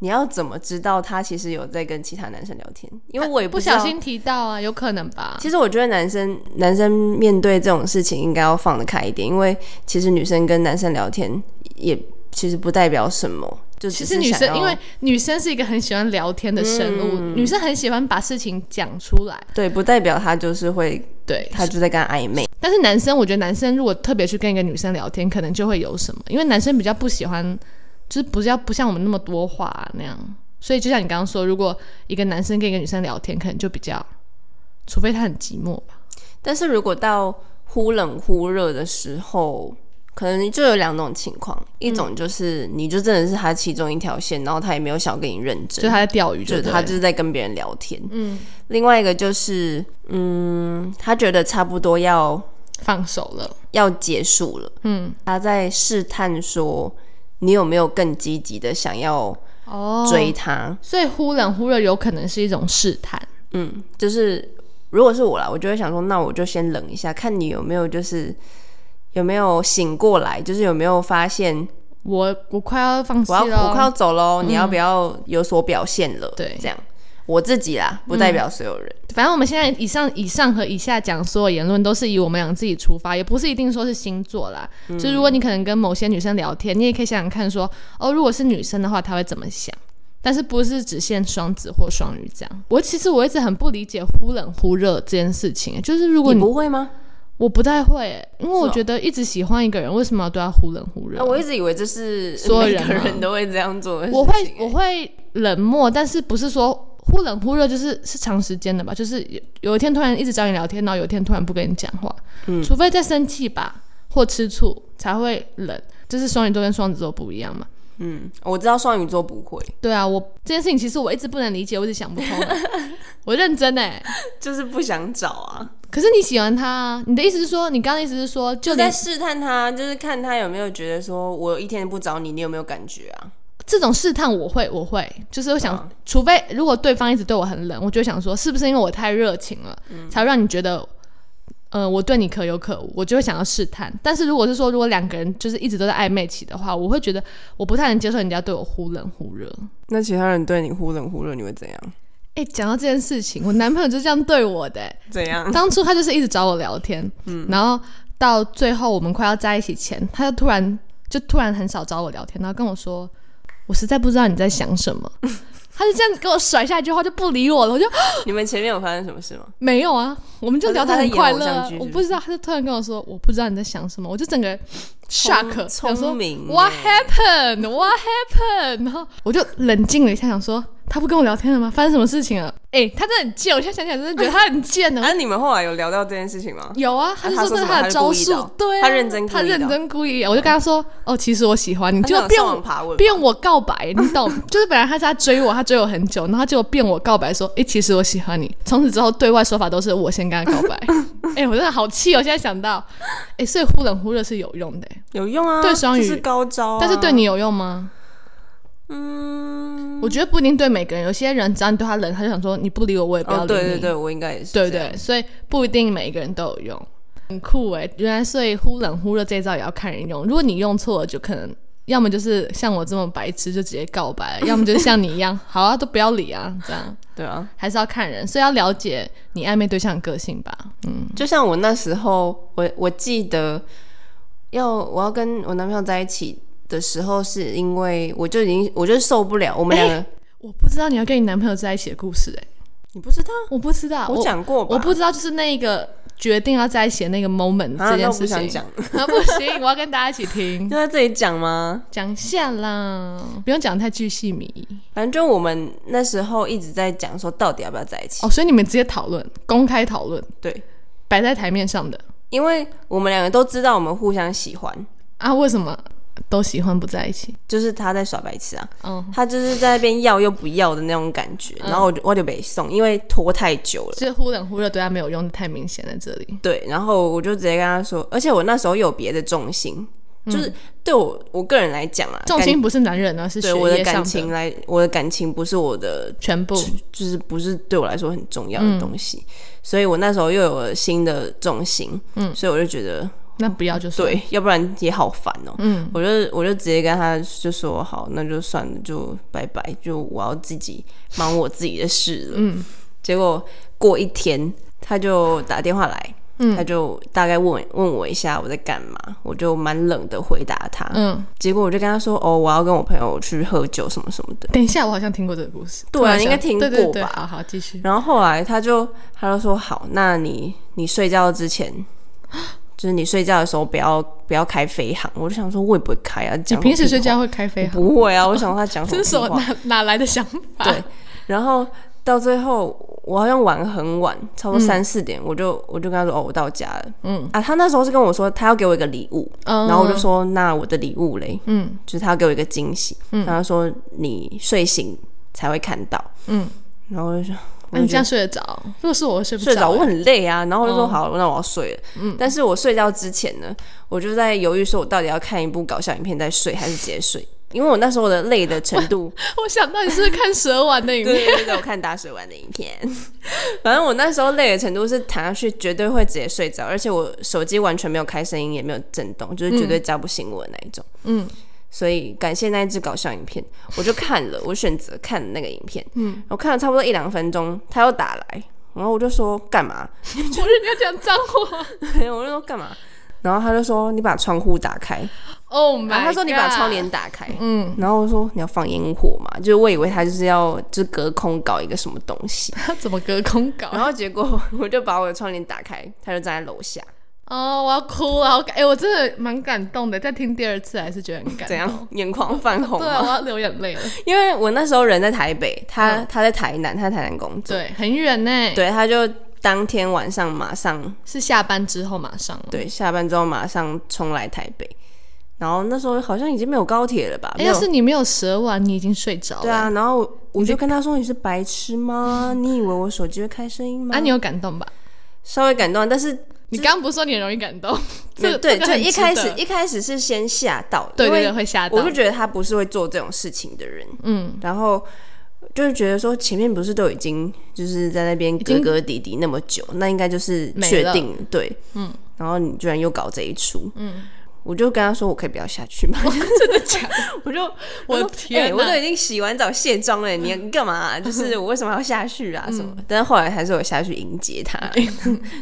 Speaker 3: 你要怎么知道他其实有在跟其他男生聊天？因为我也
Speaker 2: 不
Speaker 3: 知道
Speaker 2: 小。心提到啊，有可能吧？
Speaker 3: 其实我觉得男生男生面对这种事情应该要放得开一点，因为其实女生跟男生聊天也其实不代表什么，就
Speaker 2: 其
Speaker 3: 只
Speaker 2: 实
Speaker 3: 是
Speaker 2: 女
Speaker 3: 想
Speaker 2: 生
Speaker 3: 要嗯
Speaker 2: 因为女生是一个很喜欢聊天的生物，女生很喜欢把事情讲出来。
Speaker 3: 对不代表他就是会
Speaker 2: 对，
Speaker 3: 他就在跟他暧昧，
Speaker 2: 但是男生，我觉得男生如果特别去跟一个女生聊天，可能就会有什么，因为男生比较不喜欢，就是不要不像我们那么多话、那样。所以就像你刚刚说，如果一个男生跟一个女生聊天，可能就比较，除非他很寂寞吧。
Speaker 3: 但是如果到忽冷忽热的时候，可能就有两种情况，一种就是你就真的是他其中一条线，然后他也没有想要跟你认真，
Speaker 2: 就他在钓鱼
Speaker 3: 就
Speaker 2: 就
Speaker 3: 是
Speaker 2: 对了，
Speaker 3: 他就是在跟别人聊天。嗯，另外一个就是，嗯，他觉得差不多要
Speaker 2: 放手了。
Speaker 3: 要结束了，
Speaker 2: 嗯，
Speaker 3: 他在试探说你有没有更积极的想要
Speaker 2: 哦
Speaker 3: 追他。
Speaker 2: 所以忽冷忽热有可能是一种试探。
Speaker 3: 嗯，就是如果是我啦，我就会想说，那我就先冷一下，看你有没有就是有没有醒过来，就是有没有发现
Speaker 2: 我我快要放弃
Speaker 3: 我要
Speaker 2: 了，
Speaker 3: 我快要走喽，你要不要有所表现了？
Speaker 2: 啊对嗯
Speaker 3: 这样我自己啦，不代表所有人。
Speaker 2: 反正我们现在以上、以上和以下讲所有言论，都是以我们俩自己出发，也不是一定说是星座啦。
Speaker 3: 嗯
Speaker 2: 就如果你可能跟某些女生聊天，你也可以想想看说，哦，如果是女生的话，她会怎么想？但是不是只限双子或双鱼这样？我其实我一直很不理解忽冷忽热这件事情，就是如果
Speaker 3: 你
Speaker 2: 你
Speaker 3: 不会吗？
Speaker 2: 我不太会、因为
Speaker 3: 是
Speaker 2: 我
Speaker 3: 哦
Speaker 2: 觉得一直喜欢一个人，为什么要对他忽冷忽热
Speaker 3: 啊，？我一直以为这是
Speaker 2: 所有
Speaker 3: 每
Speaker 2: 人
Speaker 3: 个
Speaker 2: 吗
Speaker 3: 人都会这样做的事情。
Speaker 2: 我
Speaker 3: 欸
Speaker 2: 会啊我会冷漠，但是不是说忽冷忽热，就是是长时间的吧？就是有有一天突然一直找你聊天，然后有一天突然不跟你讲话，除非在生气吧或吃醋才会冷。这是双鱼座跟双子座不一样嘛？
Speaker 3: 嗯，我知道双鱼座不会，
Speaker 2: 对啊，我这件事情其实我一直不能理解，我一直想不通。我认真哎、
Speaker 3: 就是不想找啊，
Speaker 2: 可是你喜欢他、啊，你的意思是说，你刚刚的意思是说，就
Speaker 3: 就在
Speaker 2: 连
Speaker 3: 试探他，就是看他有没有觉得说，我一天不找你，你有没有感觉啊？
Speaker 2: 这种试探我会，我会，就是我想，除非如果对方一直对我很冷，我就会想说，是不是因为我太热情了，才会让你觉得，呃，我对你可有可无，我就会想要试探。但是如果是说，如果两个人就是一直都在暧昧期的话，我会觉得我不太能接受人家对我忽冷忽热。
Speaker 3: 那其他人对你忽冷忽热，你会怎样？
Speaker 2: 哎，讲到这件事情，我男朋友就这样对我的、欸
Speaker 3: 怎 样？
Speaker 2: 当初他就是一直找我聊天，
Speaker 3: 嗯
Speaker 2: 然后到最后我们快要在一起前，他就突然就突然很少找我聊天，然后跟我说，我实在不知道你在想什 么。他就这样给我甩下一句话，就不理我了。我就
Speaker 3: 你们前面有发生什么事吗？
Speaker 2: 没有啊，我们就聊得很快乐、
Speaker 3: 他在演偶
Speaker 2: 啊
Speaker 3: 像剧。
Speaker 2: 我
Speaker 3: 是
Speaker 2: 不
Speaker 3: 不是
Speaker 2: 知道，他就突然跟我说，我不知道你在想什么。我就整个 shock，
Speaker 3: 聪
Speaker 2: 想说
Speaker 3: 聪明耶
Speaker 2: What happened? What happened? 然后我就冷静了一下，想说他不跟我聊天了吗？发生什么事情了？哎、他真的很贱。我现在想起来，真的觉得他很贱啊呢、
Speaker 3: 那、啊你们后来有聊到这件事情吗？
Speaker 2: 有啊，他就
Speaker 3: 他
Speaker 2: 说
Speaker 3: 说
Speaker 2: 这
Speaker 3: 什
Speaker 2: 是他
Speaker 3: 么他
Speaker 2: 的
Speaker 3: 是
Speaker 2: 招
Speaker 3: 故意
Speaker 2: 数
Speaker 3: 的哦，
Speaker 2: 对啊，
Speaker 3: 他认真故
Speaker 2: 他
Speaker 3: 意的
Speaker 2: 认
Speaker 3: 哦
Speaker 2: 真故意的。我就跟他说，哦，其实我喜欢你，
Speaker 3: 他
Speaker 2: 结果
Speaker 3: 想
Speaker 2: 变
Speaker 3: 啊上
Speaker 2: 我
Speaker 3: 网爬文吧，
Speaker 2: 变我告白，你 懂？就是本来他是他追我，他追我很久，然后他结果变我告白说，诶，其实我喜欢你。从此之后，对外说法都是我先跟他告 白。诶，我真的好气哦！现在想到，诶，所以忽冷忽热是有用的、
Speaker 3: 有用啊，
Speaker 2: 对双鱼
Speaker 3: 这是高招、啊，
Speaker 2: 但是对你，有用吗？
Speaker 3: 嗯，
Speaker 2: 我觉得不一定对每个人，有些人只要你对他冷，他就想说你不理我，我也不要理
Speaker 3: 哦，
Speaker 2: 你。
Speaker 3: 对对对，我应该也是，
Speaker 2: 对对，，所以不一定每一个人都有用，很酷哎、原来所以忽冷忽热这一招也要看人用，如果你用错了，就可能要么就是像我这么白痴就直接告白 了，要么就是像你一样，好啊都不要理啊，这样
Speaker 3: 对啊，
Speaker 2: 还是要看人，所以要了解你暧昧对象的个性吧。嗯，
Speaker 3: 就像我那时候，我我记得要我要跟我男朋友在一起的时候，是因为我就已经我就受不了我们两个，
Speaker 2: 我不知道你要跟你男朋友在一起的故事哎、
Speaker 3: 你不知道，
Speaker 2: 啊我不知道，
Speaker 3: 我讲过吧，
Speaker 2: 我不知道，就是那个决定要在一起的那个 moment
Speaker 3: 啊，
Speaker 2: 这
Speaker 3: 那
Speaker 2: 件
Speaker 3: 我不
Speaker 2: 事情，
Speaker 3: 想讲，
Speaker 2: 啊不行，我要跟大家一起听
Speaker 3: 就，在这里讲吗？
Speaker 2: 讲一下啦，不用讲太巨细靡遗。
Speaker 3: 反正就我们那时候一直在讲说，到底要不要在一起？
Speaker 2: 哦，所以你们直接讨论，公开讨论，
Speaker 3: 对，
Speaker 2: 摆在台面上的
Speaker 3: 因为我们两个都知道我们互相喜欢，
Speaker 2: 啊？为什么都喜欢不在一起？
Speaker 3: 就是他在耍白痴啊，
Speaker 2: 嗯，
Speaker 3: 他就是在那边要又不要的那种感觉，然后我就我就被送，因为拖太久了。
Speaker 2: 这忽冷忽热对他没有用，太明显在这里。
Speaker 3: 对，然后我就直接跟他说，而且我那时候有别的重心，就是对我我个人来讲啊，
Speaker 2: 嗯重
Speaker 3: 感
Speaker 2: 心不是男人啊，是学
Speaker 3: 对我的
Speaker 2: 业
Speaker 3: 感
Speaker 2: 上
Speaker 3: 情
Speaker 2: 的
Speaker 3: 来，我的感情不是我的
Speaker 2: 全部。
Speaker 3: 就是不是对我来说很重要
Speaker 2: 嗯
Speaker 3: 的东西，所以我那时候又有了新的重心，嗯，所以我就觉得
Speaker 2: 那不要就算
Speaker 3: 对，要不然也好烦哦、
Speaker 2: 嗯，
Speaker 3: 我就我就直接跟他就说好，那就算了，就拜拜，就我要自己忙我自己的事了。
Speaker 2: 嗯，
Speaker 3: 结果过一天他就打电话来，
Speaker 2: 嗯
Speaker 3: 他就大概问问我一下我在干嘛，我就蛮冷的回答他。
Speaker 2: 嗯，
Speaker 3: 结果我就跟他说哦，我要跟我朋友去喝酒什么什么的。
Speaker 2: 等一下，我好像听过这个故事。
Speaker 3: 对啊
Speaker 2: 突然
Speaker 3: 你应
Speaker 2: 想
Speaker 3: 该听
Speaker 2: 对对
Speaker 3: 过
Speaker 2: 对
Speaker 3: 吧
Speaker 2: 好好，继续。
Speaker 3: 然后后来他就他就说好，那你你睡觉之前。 就是你睡觉的时候不要不要开飞航，我就想说，我也不会开啊。
Speaker 2: 你
Speaker 3: 讲
Speaker 2: 平时
Speaker 3: 屁
Speaker 2: 睡
Speaker 3: 话
Speaker 2: 觉会开飞航？
Speaker 3: 不会啊，我想他讲什
Speaker 2: 这
Speaker 3: 么
Speaker 2: 是什
Speaker 3: 屁
Speaker 2: 么
Speaker 3: 话？
Speaker 2: 哪哪来的想法？
Speaker 3: 对，然后到最后，我好像玩很晚，差不多三四点，我就我就跟他说，哦，我到家了。
Speaker 2: 嗯
Speaker 3: 啊，他那时候是跟我说，他要给我一个礼物，
Speaker 2: 嗯，
Speaker 3: 然后我就说，那我的礼物嘞，
Speaker 2: 嗯
Speaker 3: 就是他要给我一个惊喜。然后他说你睡醒才会看到，
Speaker 2: 嗯，
Speaker 3: 然后我就说。
Speaker 2: 那你这样睡得着？如果是我，我会睡不
Speaker 3: 睡着，
Speaker 2: 着嗯
Speaker 3: 我很累啊，然后我就说
Speaker 2: 哦
Speaker 3: 好，那我要睡了。但是我睡觉之前呢，我就在犹豫，说我到底要看一部搞笑影片再睡，还是直接睡？因为我那时候的累的程度，
Speaker 2: 我想到你是不是看蛇丸 的影片
Speaker 3: 对对对，我看打水玩的影片。 反正我那时候累的程度是躺下去绝对会直接睡着，而且我手机完全没有开声音，也没有震动，就是绝对叫不醒我的那一种。
Speaker 2: 嗯，
Speaker 3: 所以感谢那一支搞笑影片，我就看了，我选择看那个影片，嗯，我看了差不多一两分钟，他又打来，然后我就说干嘛？
Speaker 2: 我觉得你要讲脏话。
Speaker 3: 我就说干嘛？然后他就说你把窗户打开，
Speaker 2: Oh my！
Speaker 3: 然后他说你把
Speaker 2: God
Speaker 3: 窗帘打开，
Speaker 2: 嗯，
Speaker 3: 然后我说你要放烟火嘛，就是我以为他就是要就是隔空搞一个什么东西，
Speaker 2: 他怎么隔空搞？
Speaker 3: 然后结果 我就把我的窗帘打开，他就站在楼下，
Speaker 2: 哦，我要哭了！我感哎、我真的蛮感动的，再听第二次还是觉得很感动。
Speaker 3: 怎？样眼眶泛红
Speaker 2: 哦对啊，我
Speaker 3: 嘛？
Speaker 2: 要流眼 泪了。
Speaker 3: 因为我那时候人在台北，他、
Speaker 2: 嗯
Speaker 3: 他在台南，他在台南工作，
Speaker 2: 对，很远呢、，
Speaker 3: 对，他就当天晚上马上
Speaker 2: 是下班之后马上。，
Speaker 3: 对下班之后马上冲来台北，然后那时候好像已经没有高铁了吧？
Speaker 2: 哎、
Speaker 3: 没
Speaker 2: 要
Speaker 3: 有
Speaker 2: 是哦你没有折完，你已经睡着了。
Speaker 3: 对啊，然后我我就跟他说：“你是白痴吗？你以为我手机会开声音吗？”
Speaker 2: 啊，你有感动吧？
Speaker 3: 嗯稍微感动，但是
Speaker 2: 你刚刚不是说你很容易感动？这
Speaker 3: 对，
Speaker 2: 这个
Speaker 3: 就
Speaker 2: 很
Speaker 3: 一
Speaker 2: 值
Speaker 3: 开始
Speaker 2: 得
Speaker 3: 一开始是先吓到，
Speaker 2: 对
Speaker 3: 因
Speaker 2: 对
Speaker 3: 为
Speaker 2: 对，会吓到。
Speaker 3: 我就觉得他不是会做这种事情的人，
Speaker 2: 嗯，
Speaker 3: 然后就是觉得说前面不是都已经就是在那边哥
Speaker 2: 经
Speaker 3: 哥弟弟那么久，那应该就是
Speaker 2: 没
Speaker 3: 确
Speaker 2: 了
Speaker 3: 定对，嗯，然后你居然又搞这一出，嗯。我就跟他说，我可以不要下去吗？
Speaker 2: 真的假的？
Speaker 3: 我就
Speaker 2: 我
Speaker 3: 说
Speaker 2: 天
Speaker 3: 欸
Speaker 2: 哪
Speaker 3: 我都已经洗完澡卸妆了， 你你干嘛啊、就是我为什么要下去啊？
Speaker 2: 嗯
Speaker 3: 什么？但是后来还是有下去迎接 他，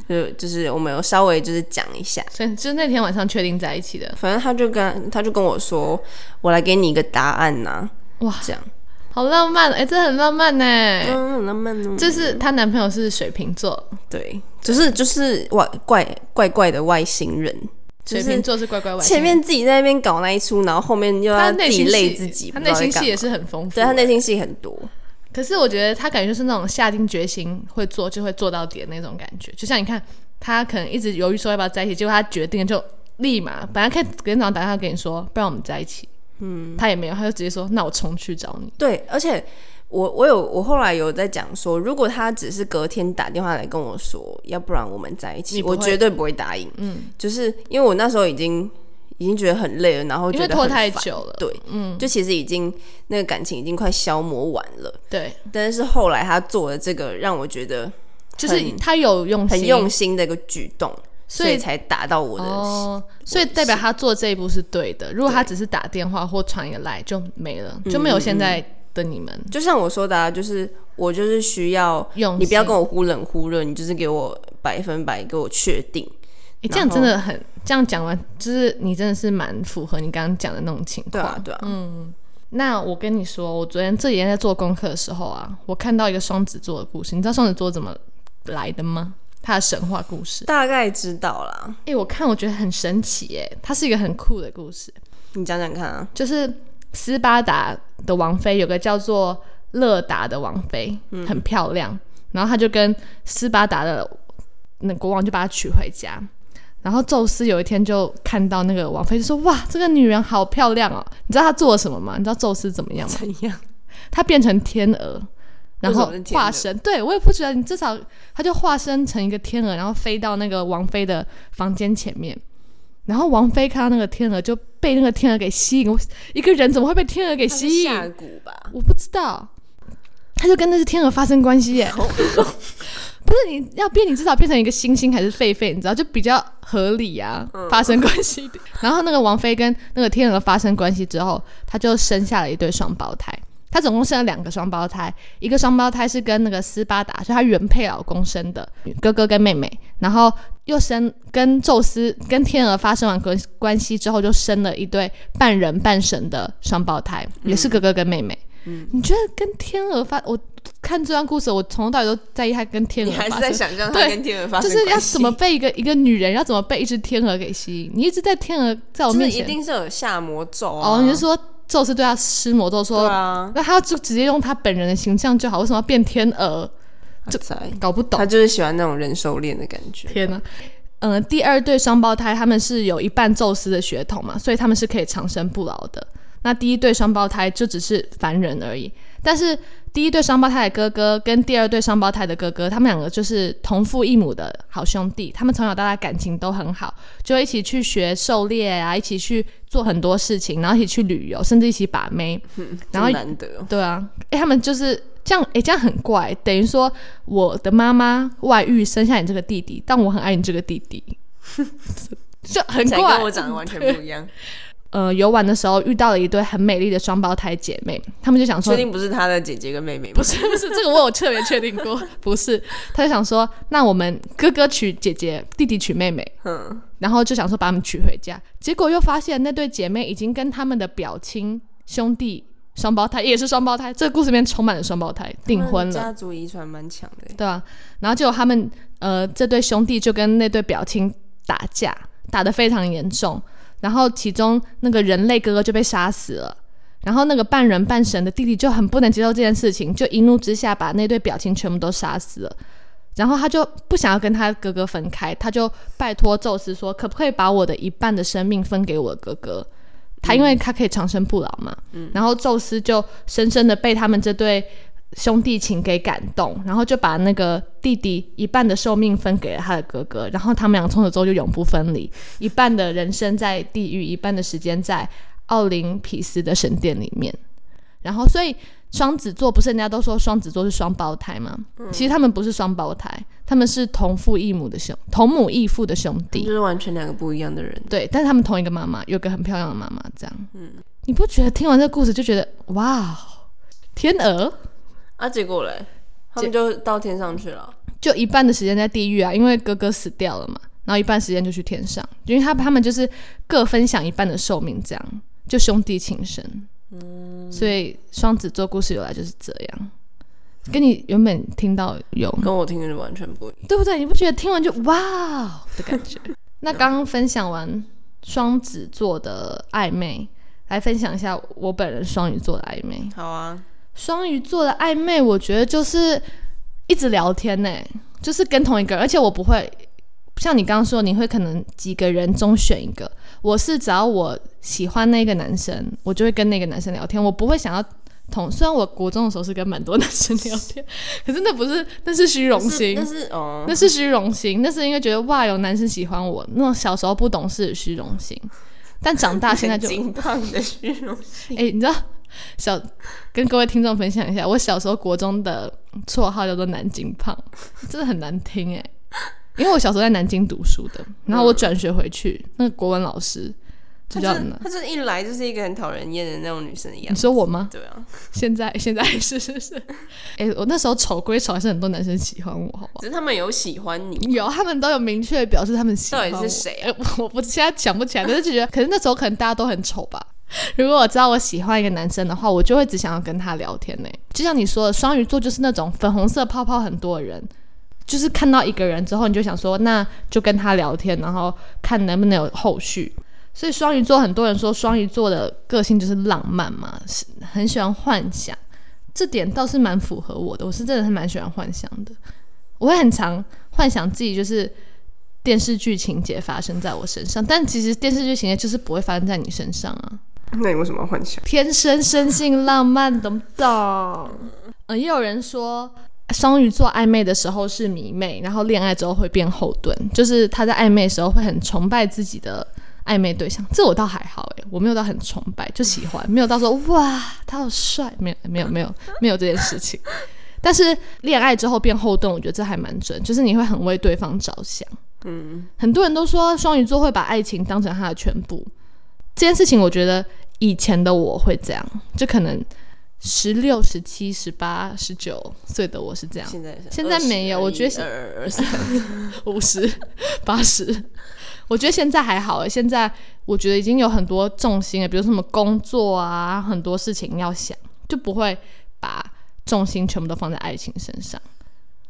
Speaker 3: 就就是我们有稍微就是讲一下，
Speaker 2: 所以就是那天晚上确定在一起的，
Speaker 3: 反正他就跟他就跟我说，我来给你一个答案呐、
Speaker 2: 哇，
Speaker 3: 这样，
Speaker 2: 好浪漫！哎、这很浪漫呢、
Speaker 3: 嗯，很浪漫哦。
Speaker 2: 就是她男朋友是水瓶座，
Speaker 3: 对，就是就是外怪怪怪的外星人，就
Speaker 2: 水
Speaker 3: 是
Speaker 2: 瓶座是乖乖外星人。
Speaker 3: 前面自己在那边搞那一出，然后后面又
Speaker 2: 他
Speaker 3: 要自
Speaker 2: 内
Speaker 3: 己
Speaker 2: 心
Speaker 3: 累
Speaker 2: 戏，
Speaker 3: 自己，
Speaker 2: 他
Speaker 3: 不知
Speaker 2: 内
Speaker 3: 道在
Speaker 2: 心
Speaker 3: 干
Speaker 2: 戏也
Speaker 3: 嘛
Speaker 2: 是很欸丰富。
Speaker 3: 对他内心戏很多，
Speaker 2: 可是我觉得他感觉是那种下定决心会做就会做到底的那种感觉。就像你看，他可能一直犹豫说要不要在一起，结果他决定就立马，本来看隔天早上打电话给你说，不然我们在一起。嗯，他也没有，他就直接说，那我冲去找你。
Speaker 3: 对，而且我我有我后来有在讲说，如果他只是隔天打电话来跟我说，要不然我们在一
Speaker 2: 你
Speaker 3: 起，
Speaker 2: 不
Speaker 3: 我
Speaker 2: 会
Speaker 3: 绝对不会答应。嗯，就是因为我那时候已经已经觉得很累了，然后
Speaker 2: 因
Speaker 3: 觉
Speaker 2: 为
Speaker 3: 得
Speaker 2: 拖
Speaker 3: 很
Speaker 2: 太
Speaker 3: 烦，
Speaker 2: 久了，
Speaker 3: 对，嗯，就其实已经那个感情已经快消磨完了，
Speaker 2: 对，
Speaker 3: 但是后来他做了这个让我觉得
Speaker 2: 就是
Speaker 3: 很
Speaker 2: 他有用心，
Speaker 3: 很用心的一个举动，
Speaker 2: 所
Speaker 3: 所
Speaker 2: 以
Speaker 3: 以才达到我的。
Speaker 2: 哦，所以代表他做这一步是对的。如果他只是打电话或传一个来就没了，
Speaker 3: 嗯
Speaker 2: 就没有现在的你们
Speaker 3: 就像我说的、啊，就是我就是需要
Speaker 2: 用心。
Speaker 3: 你不要跟我忽冷忽热，你就是给我百分百给我确定。
Speaker 2: 欸、这
Speaker 3: 然
Speaker 2: 样真
Speaker 3: 后
Speaker 2: 的很，这样讲完，就是你真的是蛮符合你刚刚讲的那种情况。
Speaker 3: 对啊，对啊，
Speaker 2: 嗯那我跟你说，我昨天这几天在做功课的时候啊，我看到一个双子座的故事。你知道双子座怎么来的吗？它的神话故事。
Speaker 3: 大概知道啦。
Speaker 2: 哎、我看我觉得很神奇哎、它是一个很酷的故事。
Speaker 3: 你讲讲看啊，
Speaker 2: 就是斯巴达的王妃有个叫做勒达的王妃，很漂亮。然后她就跟斯巴达的那国王就把她娶回家。然后宙斯有一天就看到那个王妃，就说：“哇，这个女人好漂亮哦！”你知道她做了什么吗？你知道宙斯怎么样吗？
Speaker 3: 怎样？
Speaker 2: 她变成天鹅，然
Speaker 3: 为什
Speaker 2: 后
Speaker 3: 么是天鹅
Speaker 2: 化身。对我也不觉得，你至少她就化身成一个天鹅，然后飞到那个王妃的房间前面。然后王妃看到那个天鹅，就被那个天鹅给吸引。我一个人怎么会被天鹅给吸引？
Speaker 3: 下蛊 吧？
Speaker 2: 我不知道。他就跟那只天鹅发生关系耶！不是你要变，你至少变成一个星星还是狒狒，你知道就比较合理啊，
Speaker 3: 嗯
Speaker 2: 发生关系。然后那个王妃跟那个天鹅发生关系之后，她就生下了一对双胞胎。她总共生了两个双胞胎，一个双胞胎是跟那个斯巴达，是她原配老公生的哥哥跟妹妹，然后又生跟宙斯跟天鹅发生完关关系之后，就生了一对半人半神的双胞胎，也是哥哥跟妹妹。
Speaker 3: 嗯
Speaker 2: 你觉得跟天鹅发？我看这段故事，我从头到尾都在意它跟天
Speaker 3: 你
Speaker 2: 鹅
Speaker 3: 还是
Speaker 2: 发
Speaker 3: 在
Speaker 2: 生，
Speaker 3: 想象
Speaker 2: 对
Speaker 3: 他跟天鹅发
Speaker 2: 就
Speaker 3: 生
Speaker 2: 是要
Speaker 3: 关系
Speaker 2: 怎么？被一个一个女人，要怎么被一只天鹅给吸引？你一直在天鹅在我
Speaker 3: 就是
Speaker 2: 面
Speaker 3: 一
Speaker 2: 前，
Speaker 3: 定是有下魔咒啊！
Speaker 2: 哦，你是说宙斯对他施魔咒
Speaker 3: 对
Speaker 2: 说，
Speaker 3: 啊？
Speaker 2: 那他就直接用他本人的形象就好，为什么要变天鹅？
Speaker 3: 这才
Speaker 2: 搞不懂
Speaker 3: 他。就是喜欢那种人兽恋的感 觉。
Speaker 2: 天呐！嗯，第二对双胞胎他们是有一半宙斯的血统嘛，所以他们是可以长生不老的。那第一对双胞胎就只是凡人而已，但是第一对双胞胎的哥哥跟第二对双胞胎的哥哥，他们两个就是同父异母的好兄弟，他们从小到大感情都很好，就一起去学狩猎啊，一起去做很多事情，然后一起去旅游，甚至一起把妹。然后
Speaker 3: 真难得哦，
Speaker 2: 对啊，哎、他们就是这样，哎、这样很怪，等于说我的妈妈外遇生下你这个弟弟，但我很爱你这个弟弟，就很
Speaker 3: 才
Speaker 2: 怪
Speaker 3: 跟我。长得完全不一样。
Speaker 2: 呃游玩的时候遇到了一对很美丽的双胞胎姐妹，她们就想说
Speaker 3: 确，定不是他的姐姐跟妹妹吗？
Speaker 2: 不是不是， 这个我有特别确定过，不是，她就想说，那我们哥哥娶姐姐，弟弟娶妹妹，
Speaker 3: 嗯，
Speaker 2: 然后就想说把他们娶回家，结果又发现那对姐妹已经跟他们的表亲兄弟双胞胎，也是双胞胎，这个故事里面充满了双胞胎订婚
Speaker 3: 他
Speaker 2: 了，
Speaker 3: 们家族遗传蛮强的欸。
Speaker 2: 对啊，然后结果他们呃这对兄弟就跟那对表亲打架，打得非常严重，然后其中那个人类哥哥就被杀死了。然后那个半人半神的弟弟就很不能接受这件事情，就一怒之下把那对表亲全部都杀死了。然后他就不想要跟他哥哥分开，他就拜托宙斯说，可不可以把我的一半的生命分给我的哥哥？他因为他可以长生不老嘛。然后宙斯就深深的被他们这对兄弟情给感动，然后就把那个弟弟一半的寿命分给了他的哥哥，然后他们俩从此之后就永不分离，一半的人生在地狱，一半的时间在奥林匹斯的神殿里面。然后，所以双子座不是人家都说双子座是双胞胎吗？其实他们不是双胞胎，他们是同父异母的兄，同母异父的兄弟
Speaker 3: 就。是完全两个不一样的人，
Speaker 2: 对，但是他们同一个妈妈，有个很漂亮的妈妈，这样。嗯，你不觉得听完这个故事就觉得哇，天鹅
Speaker 3: 啊，结果嘞，他们就到天上去了。
Speaker 2: 就一半的时间在地狱啊，因为哥哥死掉了嘛，然后一半时间就去天上，因为他他们就是各分享一半的寿命，这样就兄弟情深。嗯，所以双子座故事由来就是这样，跟你原本听到有
Speaker 3: 跟我听的就完全不一样。
Speaker 2: 对不对？你不觉得听完就哇哦的感觉？那刚刚分享完双子座的暧昧，来分享一下我本人双鱼座的暧昧。
Speaker 3: 好啊，
Speaker 2: 双鱼座的暧昧，我觉得就是一直聊天呢、就是跟同一个人，而且我不会像你刚刚说，你会可能几个人中选一个。我是只要我喜欢那个男生，我就会跟那个男生聊天，我不会想要同。虽然我国中的时候是跟蛮多男生聊天，可是那不是，那是虚荣心，
Speaker 3: 但是哦，
Speaker 2: 那是虚荣心，那是因为觉得哇有男生喜欢我，那种小时候不懂事的虚荣心，但长大现在 就
Speaker 3: 金胖的虚 荣心。
Speaker 2: 哎、你知道小跟各位听众分享一下，我小时候国中的绰号叫做南京胖，真的很难听哎、因为我小时候在南京读书的，然后我转学回去，那个国文老师就
Speaker 3: 她
Speaker 2: 叫
Speaker 3: 嗯真的，她真的一来就是一个很讨人厌的那种女生的样
Speaker 2: 你
Speaker 3: 子。
Speaker 2: 说我吗？
Speaker 3: 对啊，
Speaker 2: 现在现在是是是，哎、我那时候丑归丑，还是很多男生喜欢我，好不好？
Speaker 3: 只是他们有喜欢你，
Speaker 2: 有，他们都有明确表示他们喜欢我。
Speaker 3: 到底是谁啊
Speaker 2: 哎、我我不现在想不起来，但是就觉得，可是那时候可能大家都很丑吧。如果我知道我喜欢一个男生的话，我就会只想要跟他聊天呢、就像你说的，双鱼座就是那种粉红色泡泡很多的人，就是看到一个人之后，你就想说，那就跟他聊天，然后看能不能有后续。所以双鱼座很多人说双鱼座的个性就是浪漫嘛，是很喜欢幻想，这点倒是蛮符合我的。我是真的是蛮喜欢幻想的，我会很常幻想自己就是电视剧情节发生在我身上，但其实电视剧情节就是不会发生在你身上啊。
Speaker 3: 那你为什么要幻想？
Speaker 2: 天生生性浪漫，懂不懂？嗯，也有人说。双鱼座暧昧的时候是迷妹，然后恋爱之后会变后盾，就是他在暧昧的时候会很崇拜自己的暧昧对象。这我倒还好诶、我没有到很崇拜，就喜欢，没有到说哇他好帅，没有没有没有没有这件事情。但是恋爱之后变后盾，我觉得这还蛮准，就是你会很为对方着想。嗯，很多人都说双鱼座会把爱情当成他的全部，这件事情我觉得以前的我会这样，就可能十六、十七、十八、十九岁的我是这样，
Speaker 3: 现在是
Speaker 2: 现在没有我觉得是
Speaker 3: 得
Speaker 2: 五十、 八十。我觉得现在还好欸，现在我觉得已经有很多重心了，比如什么工作啊，很多事情要想，就不会把重心全部都放在爱情身上。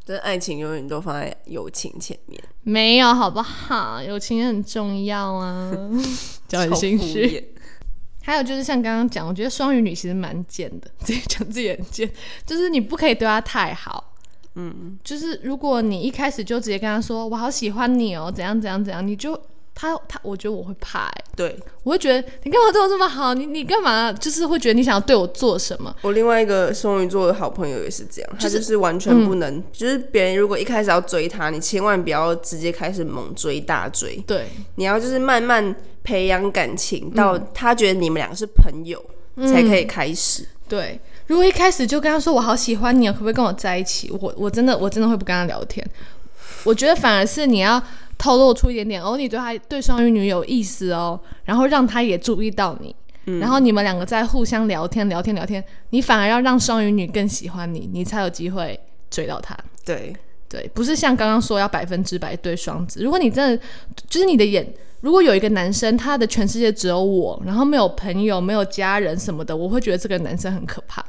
Speaker 3: 但爱情永远都放在友情前面，
Speaker 2: 没有，好不好？友情也很重要啊，交点心
Speaker 3: 超敷
Speaker 2: 虚。
Speaker 3: 衍。
Speaker 2: 还有就是像刚刚讲，我觉得双鱼女其实蛮贱的， 自己讲自己很贱，就是你不可以对她太好。嗯，就是如果你一开始就直接跟她说“我好喜欢你哦”，怎样怎样怎样，你就她她，我觉得我会怕、欸，
Speaker 3: 对
Speaker 2: 我会觉得你干嘛对我这么好？你你干嘛？就是会觉得你想要对我做什么？
Speaker 3: 我另外一个双鱼座的好朋友也是这样，他
Speaker 2: 是嗯
Speaker 3: 就是完全不能，就是别人如果一开始要追他，你千万不要直接开始猛追大追，
Speaker 2: 对，
Speaker 3: 你要就是慢慢培养感情，到
Speaker 2: 嗯
Speaker 3: 他觉得你们两个是朋友、才可以开始。
Speaker 2: 对，如啊果一开始就跟他说我好喜欢你，哦，可不可以跟我在一起？我我真的我真的会不跟他聊天。我觉得反而是你要透露出一点点哦，你对他对双鱼女有意思哦，然后让他也注意到你，然后你们两个在互相聊天聊天聊天，你反而要让双鱼女更喜欢你，你才有机会追到她。
Speaker 3: 对，
Speaker 2: 对，不是像刚刚说要百分之百对双子。如果你真的就是你的眼，如果有一个男生他的全世界只有我，然后没有朋友、没有家人什么的，我会觉得这个男生很可怕。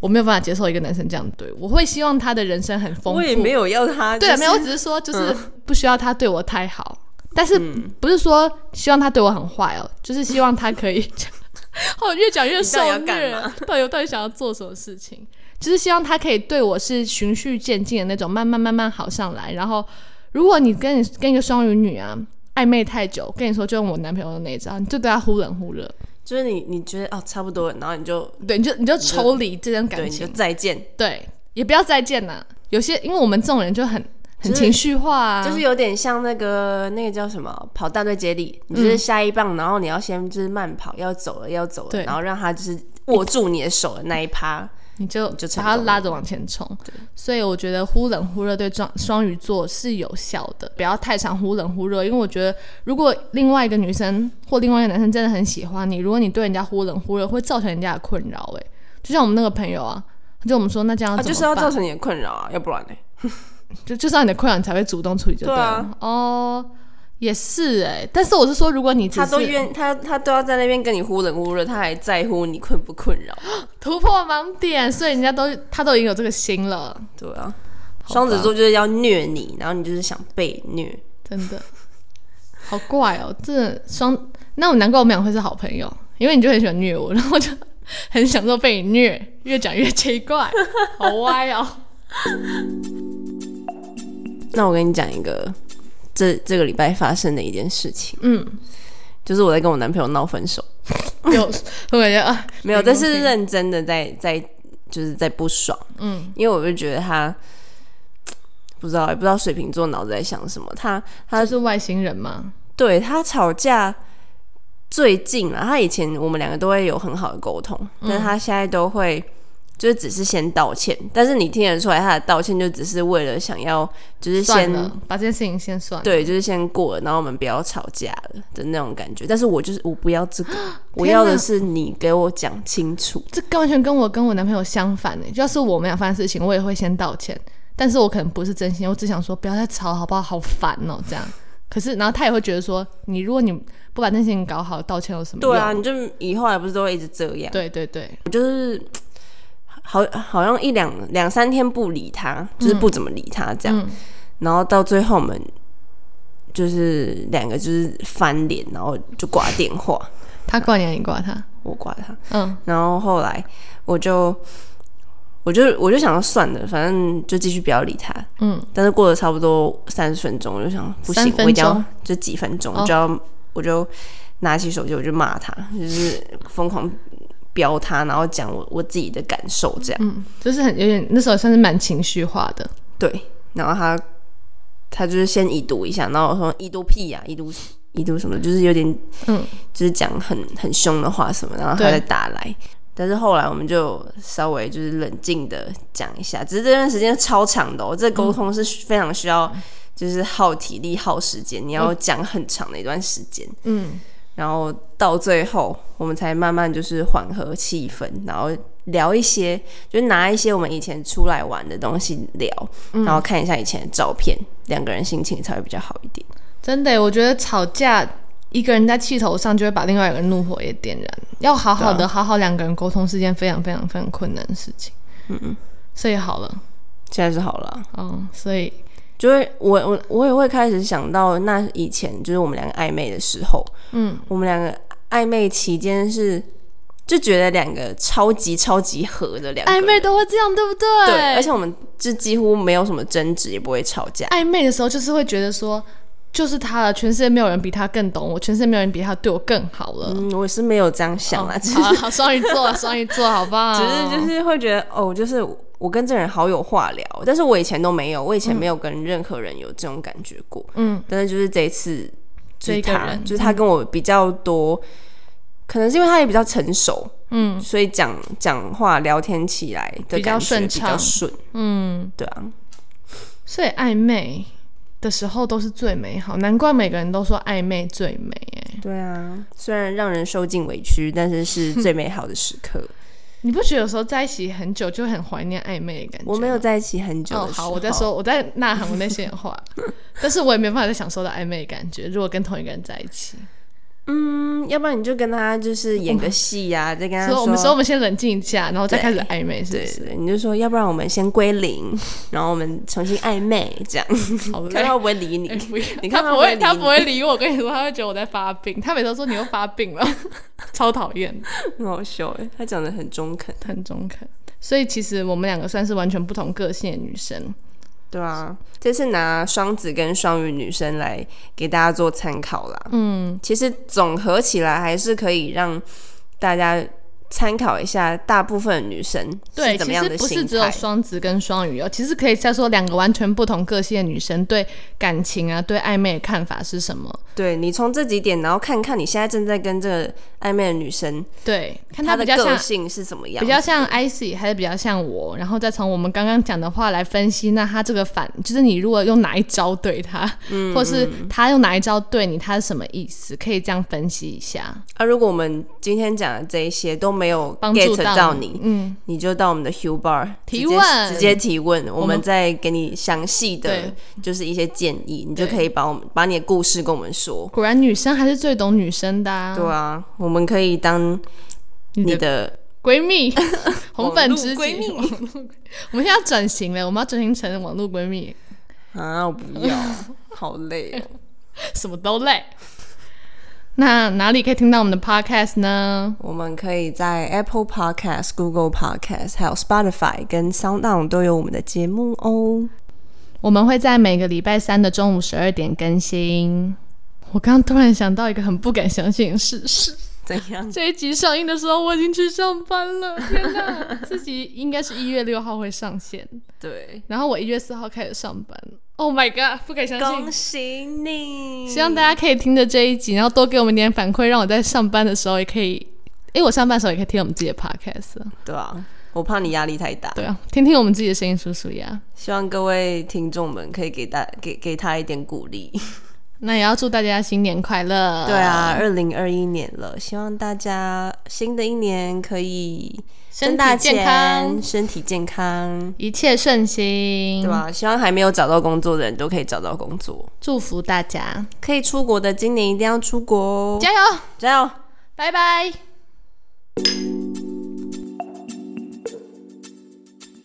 Speaker 2: 我没有办法接受一个男生这样对我，我会希望他的人生很丰富。
Speaker 3: 我也没有要他，
Speaker 2: 对，没有，我只是说就是不需要他对我太好，但是不是说希望他对我很坏哦，就是希望他可以。哦，越讲越受
Speaker 3: 你到底
Speaker 2: 虐
Speaker 3: 要干嘛，
Speaker 2: 到底我到底想要做什么事情？就是希望他可以对我是循序渐进的那种，慢慢慢慢好上来。然后，如果你跟你跟一个双鱼女啊暧昧太久，跟你说就用我男朋友的那一招，你就对他忽冷忽热，
Speaker 3: 就是你你觉得哦差不多了，然后你就
Speaker 2: 对，你就你就抽离这段
Speaker 3: 对
Speaker 2: 感
Speaker 3: 你就
Speaker 2: 情，
Speaker 3: 再见，
Speaker 2: 对，也不要再见啦。有些因为我们这种人就很很
Speaker 3: 就是
Speaker 2: 情绪化啊，
Speaker 3: 就是有点像那个那个叫什么跑大队接力，
Speaker 2: 嗯
Speaker 3: 你就是下一棒，然后你要先就是慢跑，要走了要走了，
Speaker 2: 对
Speaker 3: 然后让他就是握住你的手的那一趴，
Speaker 2: 你就
Speaker 3: 就成
Speaker 2: 把它
Speaker 3: 功
Speaker 2: 拉
Speaker 3: 了
Speaker 2: 着往前冲。所以我觉得忽冷忽热对双双鱼座是有效的，不要太常忽冷忽热，因为我觉得如果另外一个女生或另外一个男生真的很喜欢你，如果你对人家忽冷忽热，会造成人家的困扰。哎，就像我们那个朋友啊，就我们说那这样
Speaker 3: 啊，
Speaker 2: 怎么办、
Speaker 3: 就是要造成你的困扰啊，要不然呢？
Speaker 2: 就就是要你的困扰，你才会主动处理就了。
Speaker 3: 对啊
Speaker 2: 哦，也是哎、但是我是说，如果你只
Speaker 3: 他都
Speaker 2: 是
Speaker 3: 愿他他都要在那边跟你忽冷忽热，他还在乎你困不困扰？
Speaker 2: 突破盲点，所以人家都他都已经有这个心了，
Speaker 3: 对啊，
Speaker 2: 好吧
Speaker 3: 双子座就是要虐你，然后你就是想被虐。
Speaker 2: 真的，好怪哦！这双，那我难怪我们俩会是好朋友，因为你就很喜欢虐我，然后我就 很享受被你虐，越讲越奇 怪，好歪哦。
Speaker 3: 那我跟你讲一个这这个礼拜发生的一件事情，
Speaker 2: 嗯，
Speaker 3: 就是我在跟我男朋友闹分手，
Speaker 2: 有，我感觉啊，
Speaker 3: 没有，但是
Speaker 2: 嗯
Speaker 3: 认真的在在就是在不爽，
Speaker 2: 嗯，
Speaker 3: 因为我就觉得他不知道也不知道水瓶座脑子在想什么，他
Speaker 2: 他是外星人吗？
Speaker 3: 对他吵架最近啊，他以前我们两个都会有很好的沟通，但
Speaker 2: 嗯
Speaker 3: 是他现在都会就是只是先道歉，但是你听得出来他的道歉就只是为了想要就是
Speaker 2: 算
Speaker 3: 先
Speaker 2: 了，把这件事情先算了。
Speaker 3: 对，就是先过了，然后我们不要吵架了的那种感觉。但是我就是我不要这个，
Speaker 2: 啊
Speaker 3: 我要的是你给我讲清楚。
Speaker 2: 这完全跟我跟我男朋友相反呢、欸就要是我们俩发生事情，我也会先道歉，但是我可能不是真心，我只想说不要再吵好不好？好烦哦、这样。可是，然后他也会觉得说，你如果你不把这件事情搞好，道歉有什么用？
Speaker 3: 对啊，你就以后还不是都会一直这样？
Speaker 2: 对对对，
Speaker 3: 我就是好好像一两两三天不理他，就是不怎么理他这样，
Speaker 2: 嗯
Speaker 3: 然后到最后我们就是两个就是翻脸，然后就挂电话，
Speaker 2: 他挂你，你挂他，
Speaker 3: 我挂他，
Speaker 2: 嗯，
Speaker 3: 然后后来我就。我就我就想要算了，反正就继续不要理他。
Speaker 2: 嗯，
Speaker 3: 但是过了差不多三十分钟，我就想不行
Speaker 2: 3，分
Speaker 3: 我一定要
Speaker 2: 钟
Speaker 3: 就几分钟，
Speaker 2: 哦
Speaker 3: 就要我就拿起手机，我就骂他，就是疯狂飙他，然后讲我我自己的感受这样。
Speaker 2: 嗯，就是很有点那时候算是蛮情绪化的，
Speaker 3: 对，然后他他就是先已读一下，然后我说已读屁呀、已读已读什么，就是有点
Speaker 2: 嗯，
Speaker 3: 就是讲很很凶的话什么，然后他
Speaker 2: 对
Speaker 3: 再打来。但是后来我们就稍微就是冷静的讲一下，只是这段时间超长的、哦，这沟通是
Speaker 2: 嗯
Speaker 3: 非常需要就是耗体力、耗时间，你要讲很长的一段时间，
Speaker 2: 嗯，
Speaker 3: 然后到最后我们才慢慢就是缓和气氛，然后聊一些，就拿一些我们以前出来玩的东西聊，然后看一下以前的照片，两个人心情才会比较好一点。
Speaker 2: 真的耶，欸我觉得吵架一个人在气头上，就会把另外一个人怒火也点燃，要好好
Speaker 3: 对啊
Speaker 2: 的、好好两个人沟通是件非常非常非常困难的事情，嗯嗯，所以好了，
Speaker 3: 现在是好了啊，
Speaker 2: 哦，所以
Speaker 3: 就会我我我也会开始想到那以前就是我们两个暧昧的时候，
Speaker 2: 嗯，
Speaker 3: 我们两个暧昧期间是就觉得两个超级超级合的两个
Speaker 2: 暧
Speaker 3: 人
Speaker 2: 昧都会这样，对不对？
Speaker 3: 对，而且我们就几乎没有什么争执，也不会吵架。
Speaker 2: 暧昧的时候，就是会觉得说。就是他了，全世界没有人比他更懂我，全世界没有人比他对我更好了。
Speaker 3: 嗯，哦我是没有这样想啦，只是
Speaker 2: 好啊，好双鱼座，双鱼座，好不好？
Speaker 3: 只是就是会觉得哦，就是我跟这人好有话聊，但是我以前都没有，我以前没有跟任何人有这种感觉过。
Speaker 2: 嗯，
Speaker 3: 但是就是这一次，就
Speaker 2: 这
Speaker 3: 是
Speaker 2: 一个
Speaker 3: 他，
Speaker 2: 人
Speaker 3: 就是他跟我比较多，可能是因为他也比较成熟，
Speaker 2: 嗯，
Speaker 3: 所以讲讲话聊天起来的
Speaker 2: 比较
Speaker 3: 感觉
Speaker 2: 顺
Speaker 3: 比较
Speaker 2: 畅
Speaker 3: 顺。
Speaker 2: 嗯，
Speaker 3: 对啊，
Speaker 2: 所以暧昧的时候都是最美好，难怪每个人都说暧昧最美、哎，
Speaker 3: 对啊，虽然让人受尽委屈，但是是最美好的时刻。
Speaker 2: 你不觉得有时候在一起很久就会很怀念暧昧的感觉吗？
Speaker 3: 我没有在一起很久
Speaker 2: 哦
Speaker 3: 的，时候。
Speaker 2: 好，我在说，我在呐喊我内心的话， 但是我也没办法再享受到暧昧的感觉。如果跟同一个人在一起，
Speaker 3: 嗯，要不然你就跟他就是演个戏呀、再跟他
Speaker 2: 所以我们说我们先冷静一下，然后再
Speaker 3: 对
Speaker 2: 开始暧昧，是
Speaker 3: 对
Speaker 2: 不是？
Speaker 3: 对，你就说，要不然我们先归零，然后我们重新暧昧，这样
Speaker 2: 好累
Speaker 3: 看他会不会理你
Speaker 2: 哎。不要
Speaker 3: 你看
Speaker 2: 他
Speaker 3: 他
Speaker 2: 不会，他
Speaker 3: 理
Speaker 2: 不会理我。我跟你说，他会觉得我在发病。他每次都说你又发病 了，超讨厌，
Speaker 3: 你，很好笑哎，他讲的很中肯。
Speaker 2: 很中肯。所以其实我们两个算是完全不同个性的女生。
Speaker 3: 对啊，这次拿双子跟双鱼女生来给大家做参考啦。嗯，其实总合起来还是可以让大家参考一下，大部分的女生
Speaker 2: 对，
Speaker 3: 怎
Speaker 2: 其
Speaker 3: 么样
Speaker 2: 实
Speaker 3: 的
Speaker 2: 不是
Speaker 3: 心
Speaker 2: 只有
Speaker 3: 态。
Speaker 2: 双子跟双鱼哦，其实可以再说两个完全不同个性的女生对感情啊、对暧昧的看法是什么。
Speaker 3: 对你从这几点，然后看看你现在正在跟这个暧昧的女生，
Speaker 2: 对，看
Speaker 3: 她
Speaker 2: 她
Speaker 3: 的
Speaker 2: 比较
Speaker 3: 个
Speaker 2: 像
Speaker 3: 性是怎么样，
Speaker 2: 比较像 IC 还是比较像我，然后再从我们刚刚讲的话来分析，那他这个反就是你如果用哪一招对他，
Speaker 3: 嗯
Speaker 2: 或是他用哪一招对你，他是什么意思？可以这样分析一下，
Speaker 3: 啊，如果我们今天讲的这一些都没有
Speaker 2: 帮助
Speaker 3: get 到
Speaker 2: 你
Speaker 3: 你，。
Speaker 2: 嗯，
Speaker 3: 你就到我们的 Q Bar
Speaker 2: 提
Speaker 3: 直接
Speaker 2: 问
Speaker 3: 直接提问，我
Speaker 2: 们
Speaker 3: 们再给你详细的
Speaker 2: 对
Speaker 3: 就是一些建议，你就
Speaker 2: 对
Speaker 3: 可以把我们把你的故事跟我们说。
Speaker 2: 果然女生还是最懂女生的、啊，
Speaker 3: 对啊，我们可以当你
Speaker 2: 的
Speaker 3: 的
Speaker 2: 闺蜜，红粉知己，
Speaker 3: 网络闺蜜
Speaker 2: 网络闺蜜 我们现在要转型了，我们要转型成网络闺蜜，
Speaker 3: 啊，我不要， 好累哦。
Speaker 2: 什么都累。那哪里可以听到我们的 podcast 呢？
Speaker 3: 我们可以在 Apple Podcast、Google Podcast、还有 Spotify 跟 Sound On 都有我们的节目哦。
Speaker 2: 我们会在每个礼拜三的中午十二点更新。我刚刚突然想到一个很不敢相信的事实：
Speaker 3: 怎样？
Speaker 2: 这一集上映的时候，我已经去上班了。天 哪，自己应该是一月六号会上线，
Speaker 3: 对，
Speaker 2: 然后我一月四号开始上班。Oh my god，不敢相
Speaker 3: 恭
Speaker 2: 信！
Speaker 3: 喜你！
Speaker 2: 希望大家可以听着这一集，然后多给我们点反馈，让我在上班的时候也可以。因为我上班的时候也可以听我们自己的 podcast，啊
Speaker 3: 对啊，我怕你压力太大。
Speaker 2: 对啊，听听我们自己的声音舒舒呀。
Speaker 3: 希望各位听众们可以给大给给他一点鼓励。
Speaker 2: 那也要祝大家新年快乐！
Speaker 3: 对，啊，
Speaker 2: 呃
Speaker 3: 二零二一年了，希望大家新的一年可以
Speaker 2: 身
Speaker 3: 挣大
Speaker 2: 体
Speaker 3: 钱
Speaker 2: 健康，嗯
Speaker 3: 身体健康，
Speaker 2: 一切顺心，
Speaker 3: 对啊吧、希望还没有找到工作的人都可以找到工作，
Speaker 2: 祝福大家，
Speaker 3: 可以出国的今年一定要出国哦！
Speaker 2: 加油，
Speaker 3: 加油！
Speaker 2: 拜拜。